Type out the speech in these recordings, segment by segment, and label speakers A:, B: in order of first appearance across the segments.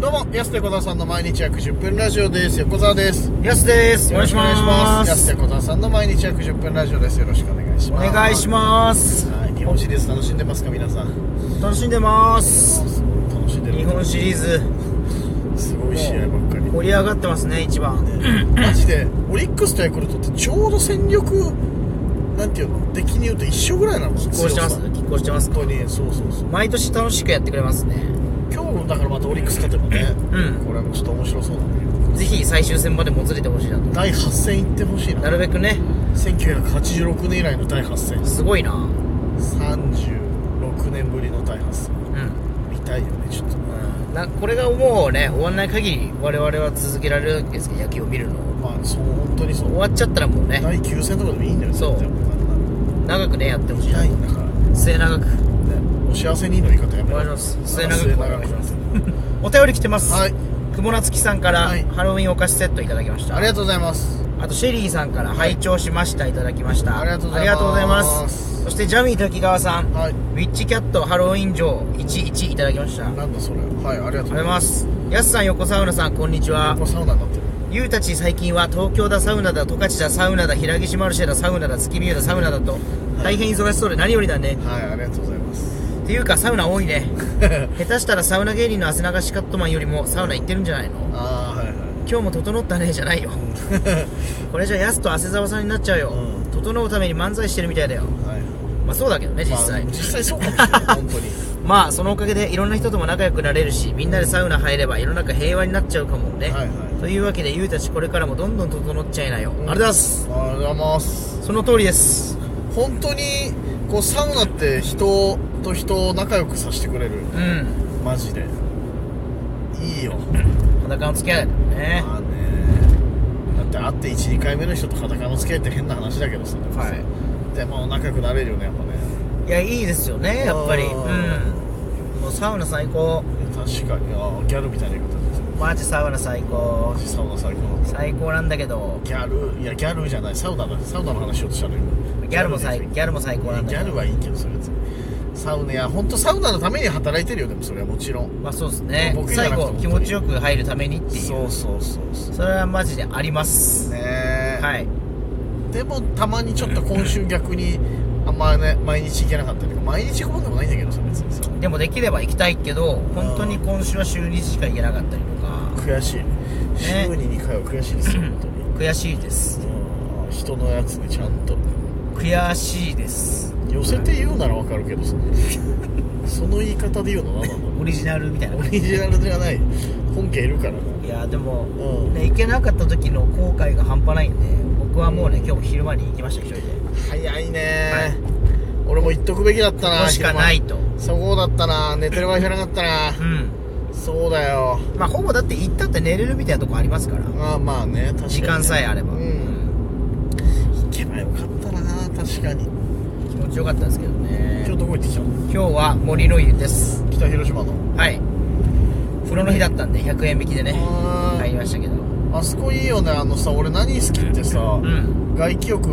A: どうも、安手小沢さんの毎日約10分ラジオです。横澤です。
B: やすです。
A: 安手小沢さんの毎日約10分ラジオです。よろしくお願いし
B: お
A: ます。
B: 願いします。
A: はい、日本シリーズ楽しんでますか、皆さん。
B: 楽しんでます。
A: 楽しんで
B: 日
A: る。
B: 本シリーズ
A: すごい試合ばっかり。
B: 盛り上がってますね、一番。
A: マジで、オリックスとヤクルトってちょうど戦力、なんていうの、的に言うと一緒ぐらいなの。拮
B: こうしてます。
A: 本
B: こうしてます。
A: 当に、そうそうそう。
B: 毎年楽しくやってくれますね。
A: 今日もだからまたオリックス勝てばね、
B: うん
A: これもちょっと面白そうなんだけど、
B: ぜひ最終戦までもつれてほしいなと。
A: 第8戦行ってほしいな。
B: なるべくね、
A: 1986年以来の第8戦。
B: すごいな。う
A: 36年ぶりの第8戦
B: ん。
A: 見たいよねちょっと
B: なこれがもうね、終わんない限り我々は続けられるんですけど、野球を見るの。
A: まあそう本当にそう
B: 終わっちゃったらもうね、
A: 第9戦とかでもいいんだよ
B: そ
A: 全
B: う
A: 然もう
B: 長くね、やってほしい
A: 見。たいんだからね
B: 末永く。
A: お幸せにの言い方やめ
B: お
A: ろ
B: 願いします末
A: あ
B: 永
A: 末
B: く
A: 永く
B: お便り来てます。
A: はい
B: 雲なつきさんから
A: はい
B: ハロウィンお菓子セットいただきました。
A: ありがとうございます
B: あとシェリーさんから拝聴しました、い、ただきました
A: ありがとうございます
B: ありがとうございますそしてジャミー滝川さん、
A: はい
B: ウィッチキャットハロウィン城11いただきましたありがとう
A: なんだそれはいありがとうご
B: ござ
A: ざ
B: い
A: い
B: ま
A: ます
B: すやすさん横サウナさんこんにちは
A: ここサウナになってる
B: ゆうたち最近は東京だサウナだ十勝だサウナだ平岸マルシェだサウナだ月見湯だサウナだと大変忙しそうで何よりだね、
A: はいありがとうございます
B: っていうかサウナ多いね下手したらサウナ芸人の汗流しカットマンよりもサウナ行ってるんじゃないの
A: ああはいはい
B: 今日も整ったねじゃないよ これじゃやすと汗沢さんになっちゃうよ、
A: うん
B: 整うために漫才してるみたいだよ
A: はい
B: まあそうだけどね実際、
A: まあ
B: ま
A: 実際そう かもしれない本当に
B: あ、そのおかげでいろんな人とも仲良くなれるしみんなでサウナ入れば世の中平和になっちゃうかもね、
A: はいはい
B: というわけでゆうたちこれからもどんどん整っちゃいなよ、あれだす
A: ありがとうございます
B: その通りです
A: 本当にこうサウナって人と人を仲良くさせてくれる
B: うん
A: マジでいいよ
B: 裸の付き合いだけどね
A: まあねだって会って12回目の人と裸の付き合いって変な話だけどさ、
B: は
A: でも仲良くなれるよねやっぱね
B: いやいいですよねやっぱり
A: あ
B: うん
A: ー
B: もうサウナ最高
A: 確かにああギャルみたいな言い方ですよ
B: マジサウナ最高
A: マジサウナ最高
B: 最高なんだけど
A: ギャルいやギャルじゃないサウナだサウナの話しようとしたのよ
B: ギャルも最ギャルも最高なん
A: ギ
B: だけ
A: ャ
B: ど
A: ルはいいけどそれ別にサウナいや本当サウナのために働いてるよでもそれはもちろん
B: まあそうですね
A: 僕以外
B: 最
A: は
B: 後気持ちよく入るためにってい
A: う
B: う
A: そうそうそ
B: それはマジであります
A: ねえ
B: はい
A: でもたまにちょっと今週逆にあんまね毎日行けなかったりとか毎日行くもんでもないんだけどさ別にさ
B: でもできれば行きたいけど本当に今週は週2しか行けなかったりとか
A: 悔しい、週に2回は悔しいですよ本当に
B: 悔しいです
A: うん人のやつにちゃんと
B: 悔しいです
A: 寄せて言うならわかるけどさその言い方で言うの何なんだろ
B: オリジナルみたいうな
A: オリジナルじゃない本家いるからない
B: やでも、
A: うん
B: ね、行けなかった時の後悔が半端ないんで僕はもうね今日も昼間に行きました一人で
A: 早いね、俺も言っとくべきだった
B: こ
A: な
B: こしかないと
A: 昼間そこだったな寝てる場合じゃなかったな
B: うん
A: そうだよ
B: まあほぼだって行ったって寝れるみたいなとこありますから
A: ああまあね確かにね
B: 時間さえあれば、
A: うん行けばよかったな確かに
B: うん気持ちよかったですけどね
A: 今日どこ行ってきたの
B: 今日は森の湯です
A: 北広島の
B: はい風呂の日だったんで100円引きでね
A: あー
B: 入りましたけど
A: あそこいいよねあのさ俺何好きってさ、
B: うん
A: 外気浴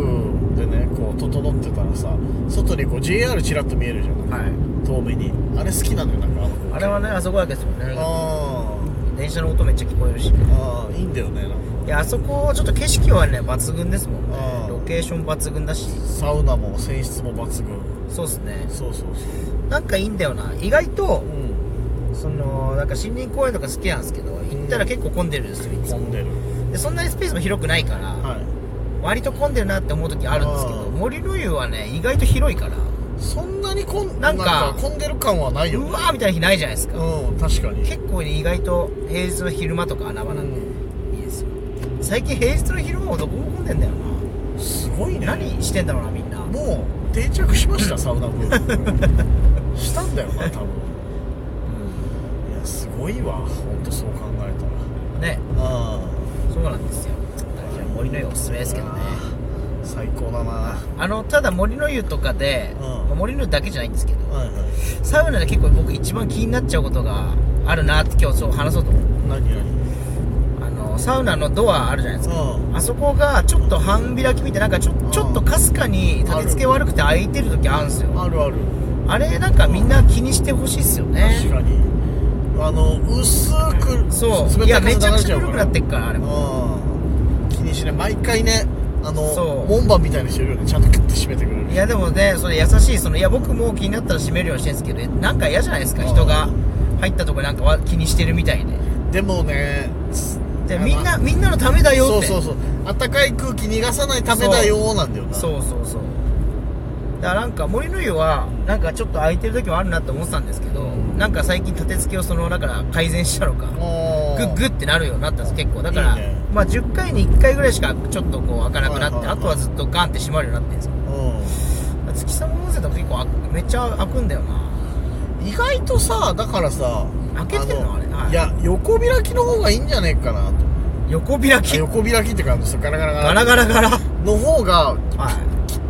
A: でねこう整ってたらさ外にこう JR ちらっと見えるじゃん、
B: はい
A: 遠目にあれ好きなのよなんかあの光景
B: あれはねあそこだけですよね
A: あ
B: 電車の音めっちゃ聞こえるし
A: ーあーいいんだよねなんか
B: いやあそこちょっと景色はね抜群ですもん
A: あ
B: ね
A: ー
B: ロケーション抜群だし
A: サウナも泉質も抜群
B: そうっすね
A: そうそうそ
B: なんかいいんだよな意外と
A: ううん
B: そのなんか森林公園とか好きなんですけど行ったら結構混んでるんですよいつ
A: 混
B: も
A: んでる
B: でそんなにスペースも広くないから、
A: はい
B: 割と混んでるなって思う時あるんです
A: あ
B: けど
A: ー
B: 森の湯はね意外と広いから
A: そんなにこん
B: なんか
A: 混んでる感はないよ
B: う
A: ね
B: わーみたいな日ないじゃないですか、
A: うん確かに
B: 結構ね意外と平日の昼間とか穴場なんで、いいですよ最近平日の昼間もどこも混んでんだよ
A: すごいね
B: な何してんだろうなみんな
A: もう定着しました サウナブームしたんだよな多分いやすごいわ本当そう考えたら
B: ね
A: あ
B: そうなんですよじゃあ森の湯おすすめですけどね
A: 最高だなは
B: あのただ森の湯とかで、
A: うん
B: まあ森の湯だけじゃないんですけど
A: いはい
B: サウナで結構僕一番気になっちゃうことがあるなって今日そう話そうと思う
A: 何何
B: あのサウナのドアあるじゃないですか
A: うん
B: あそこがちょっと半開きみたいななんかちょちょっとかすかに立て付け悪くて開いてる時あるんですよ
A: あるある
B: あれなんかみんな気にしてほしいっすよね
A: 確かにあの薄く
B: そうい
A: 冷た
B: や
A: い風
B: めちゃくち
A: 流れ
B: ゃ黒
A: ちゃう
B: く
A: か
B: な
A: ら
B: ってっからあれも
A: うん気にしない毎回ねあ
B: そ
A: の
B: う
A: 門番みたいにしてるよねちゃんとグッて閉めてくれる
B: いやでもねそれ優しいそのいや僕も気になったら閉めるようにしてるんですけどなんか嫌じゃないですか
A: うん
B: 人が入ったとこなんかわ気にしてるみたいで
A: でもねつ
B: で
A: あの
B: みんなみんなのためだよ
A: そ
B: っ
A: う
B: て
A: そうそう暖かい空気逃がさないためだよなんだよな
B: そうそうそうだからなんか森の湯はなんかちょっと空いてる時もあるなって思ってたんですけど、
A: うん
B: なんか最近立て付けをそのだから改善したのか
A: もう
B: グッグッってなるようになったんです結構だから
A: いいね
B: まあ10回に1回ぐらいしかちょっとこう開かなくなって、
A: はいはいはい
B: あとはずっとガンって閉まるようになってるんで
A: う
B: すよ月様温泉とか結構あめっちゃ開くんだよなん
A: 意外とさだからさ
B: 開けてんのあれはい
A: いや横開きの方がいいんじゃねえかなと
B: 横開
A: あ
B: き
A: 横開きって感じですガラガラガ
B: ガ
A: ラ
B: ラガラガラ
A: の方が
B: はい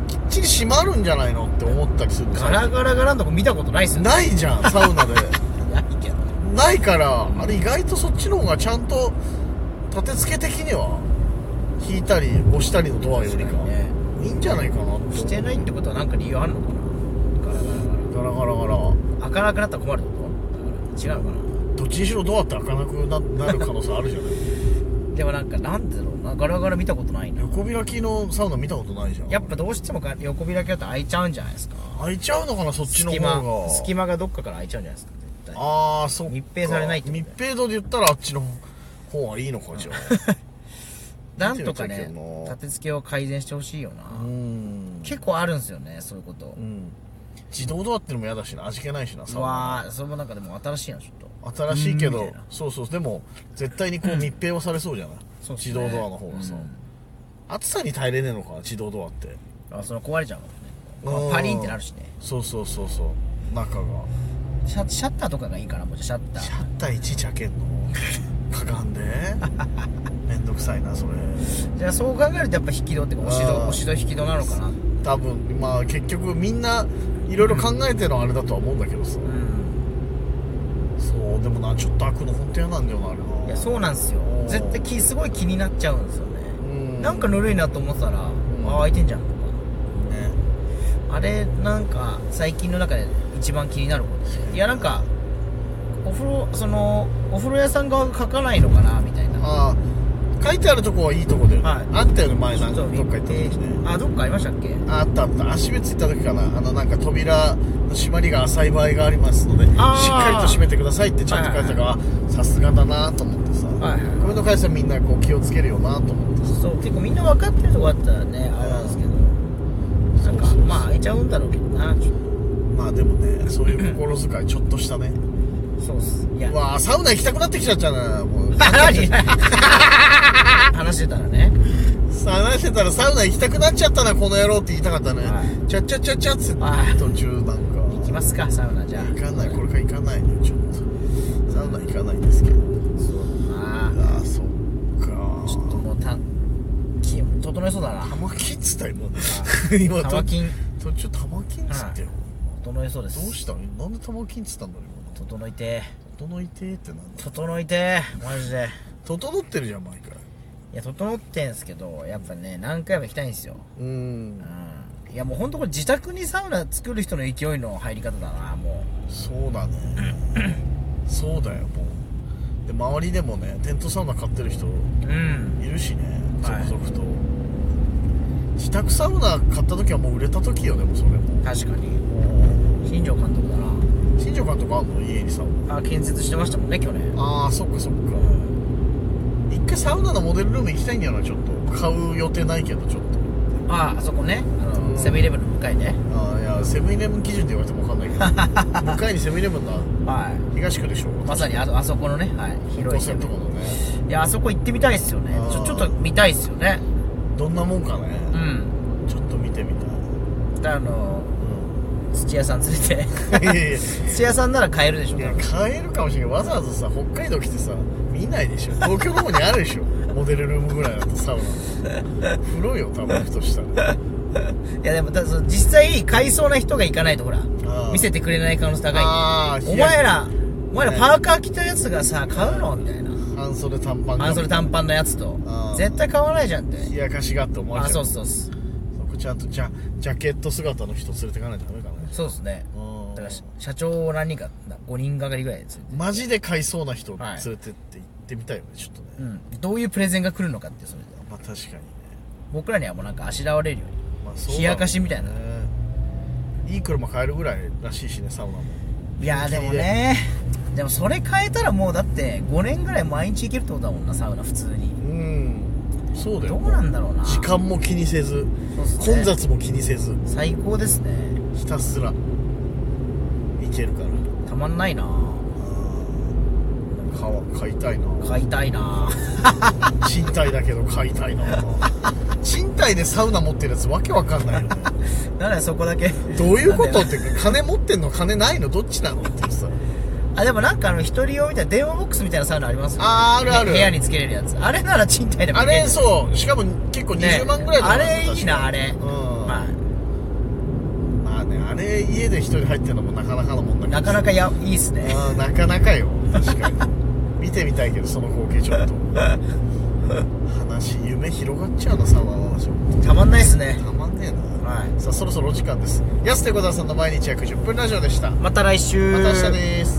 A: きっちり閉まるんじゃないのって思ったりするんです
B: ガ
A: よ
B: ラガラガラのとこ見たことないっすよ
A: ないじ ゃんサウナで
B: ないけど
A: ないからあれ意外とそっちの方がちゃんと立て付け的には引いたり押したりのドアよりか
B: 確かにね
A: いいんじゃないかなって
B: してないってことはなんか理由あるのかなガラガラ
A: ガラガラガ
B: ガラ
A: ラ
B: 開かなくなったら困るってこと違うのか
A: どっちにしろドアって開かなくななる可能性あるじ ゃない
B: なでもなんかなんだろうなガラガラ見たことないな
A: 横開きのサウナ見たことないじゃん
B: やっぱどうしてもか横開きだと開いちゃうんじゃないですか
A: 開いちゃうのかなそっちの
B: 隙
A: 方
B: 間
A: が
B: 隙間がどっかから開いちゃうんじゃないですか絶対
A: ああそっか
B: 密閉されないってこと
A: 密閉度で言ったらあっちの方がいいのかじゃあ
B: なんとかね
A: 見てみたいけどな
B: 立て付けを改善してほしいよな、
A: うん
B: 結構あるんですよねそういうこと
A: う、ん自動ドアってのも嫌だしな味気ないしな
B: うわあそれもなんかでも新しいなちょっと
A: 新しいけ
B: うんみ
A: ど
B: たいな
A: そうそうでも絶対にこう密閉はされそうじゃない、
B: そうっす
A: 自
B: ね
A: 動ドアの方がさ、暑さに耐えれねえのかな自動ドアって
B: あその壊れちゃうもんね、
A: うん
B: パリンってなるしね
A: そうそうそうそう中が
B: シャシャッターとかがいいかなもうシャッタ
A: シ
B: ー
A: ャッターいちいち開けんの かかんで めんどくさいなそれ
B: じゃあそう考えるとやっぱ引き戸っていうか押し
A: あ
B: 戸
A: ー
B: 押し戸引き戸なのかな
A: 多分まあ結局みんないろいろ考えてのあれだとは思うんだけどさ、
B: うん
A: そうでもなちょっと開くの本当嫌なんだよなあれない
B: やそうなんですよ
A: おー
B: 絶対気すごい気になっちゃうんですよね、
A: うん
B: なんかぬるいなと思ってたら、
A: ん
B: ああ開いてんじゃん
A: ね
B: あれなんか最近の中で一番気になることですねいやなんかお風呂そのお風呂屋さん側が書かないのかなみたいな
A: ああ書いてあるとこはいいとこだよね、
B: はい
A: あったよね前なんか
B: ち
A: ど
B: ょ
A: っ
B: と
A: か行った時ね
B: あどっかありましたっけ
A: ああったあった足別行った時かなあのなんか扉の閉まりが浅い場合がありますのでしっ
B: あー
A: かりと閉めてくださいってちゃんと書いてたからあさすがだなと思ってさ、
B: はいはい
A: これの会社みんなこう気をつけるよなと思ってさ
B: そう結構みんな分かってるとこあったらねあれなんですけどなんか
A: そうそうそう
B: まあ開いちゃうんだろうけどなちょっ
A: まあでもねそういう心遣いちょっとしたね
B: とそうっすいや
A: うわあサウナ行きたくなってきちゃ ったなもう
B: 何 話してたらね
A: さ話してたらサウナ行きたくなっちゃったなこの野郎って言いたかったね、
B: はい
A: ちゃっちゃっちゃっちゃっつって
B: はい
A: 途中なんか
B: 行きますかサウナじゃあ
A: 行かないこれから行かないのよちょっとサウナ行かないですけど
B: そうだな
A: ああそっか
B: ちょっともうた気整えそうだな
A: 玉金っつった今
B: あ
A: 今と
B: 玉金
A: 途中玉金っつったよ、
B: 整えそうです
A: どうしたのなんで玉金っつったんだろう
B: 整えて
A: 今整いてーってなんだ
B: 整えてマジで
A: 整ってるじゃん毎回
B: いや整ってんすけどやっぱね何回も行きたいんですよ
A: うー
B: うんんいやもうほんとこれ自宅にサウナ作る人の勢いの入り方だなも
A: そうだね そうだよもうで周りでもねテントサウナ買ってる人
B: ううん
A: いるしね
B: はい
A: 続々と、自宅サウナ買った時はもう売れた時よでもそれも
B: 確かに新庄監督だ
A: 新庄監督あんの家にサウナ
B: なあ建設してましたもんね去年
A: ああそっかそっか一回サウナのモデルルーム行きたいんだよなちょっと買う予定ないけどちょっと
B: ああそこねあ
A: う
B: の
A: ん
B: セブンイレブンの向かいね
A: ああいやセブンイレブン基準で言われても分かんないけど向かいにセブンイレブンだ
B: はい
A: 東区でしょ
B: まさにあそあそこのねはい広
A: 高
B: いセ
A: 専
B: ブ
A: と
B: ン
A: かのね
B: いやあそこ行ってみたいっすよね
A: あー
B: ちょちょっと見たいっすよね
A: どんなもんかね、
B: うん
A: ちょっと見てみたい、
B: だあの
A: う
B: 土屋さん連れ て
A: ん、いやいや
B: 土屋さんなら買えるでしょ
A: いや買えるかもしれないわざわざさ北海道来てさ見ないでしょ東京の方にあるでしょモデルルームぐらいだとサウナ風呂よ多分ふとしたら
B: いやでもだその実際買いそうな人が行かないとほら
A: ー
B: 見せてくれない可能性高
A: あ
B: い
A: ー
B: んでお前らお前ら
A: ね
B: パーカー着たやつがさ買うのみたいな
A: 半袖短パン
B: 半袖短パンのやつと
A: あー
B: 絶対買わないじゃんって
A: 冷やかしがって思わ
B: あ
A: れちゃ
B: そううそうそう
A: そこちゃんとジャジャケット姿の人連れてかないとダメかな
B: そうですね
A: うん
B: だからし社長何人か5人がかりぐらいですよ
A: マジで買いそうな人を連
B: はい
A: れてって行ってみたいよね、ちょっとね。
B: うんどういうプレゼンが来るのかってそれで
A: まあ確かにね。
B: 僕らにはもうなんかあしらわれるよ
A: まあ
B: 冷やかしみたいな。
A: いい車買えるぐらいらしいしね、サウナも。
B: うにいやーでもねでもそれ変えたらもうだって5年ぐらい毎日行けるってことだもんなサウナ普通に
A: うん。そうだ
B: ど
A: よ
B: う。なんだろうな
A: 時間も気にせず、
B: そうっすね
A: 混雑も気にせず、
B: 最高ですね
A: ひたすら、行けるから。
B: たまんないな
A: 川買いたいな
B: 買いたいな
A: 賃貸だけど買いたいな賃貸でサウナ持ってるやつわけわかんないよね
B: なんでそこだけ
A: どういうこと
B: な
A: っ
B: んで
A: て金持ってんの金ないのどっちなのってさ
B: あでもなんかあの一人用みたいな電話ボックスみたいなサウナありますよ
A: あーあるある
B: 部屋につけれるやつあれなら賃貸でも
A: あ
B: いける
A: れそうしかも結構
B: ね
A: 20万ぐらいだ
B: あ
A: から
B: れいいなあれ
A: うん
B: ま
A: まあねあれ家で一人入ってるのもなかなかのもんだけ
B: あ
A: ど
B: なかなかやいいっすね
A: あーなかなかよ確かに見てみたいけどその光景ちょっと話夢広がっちゃうなサウナの話
B: たまんないっすね
A: たまんねえな
B: はい
A: さあそろそろお時間です安手小沢さんの毎日約10分ラジオでしたま
B: また来週
A: た明日です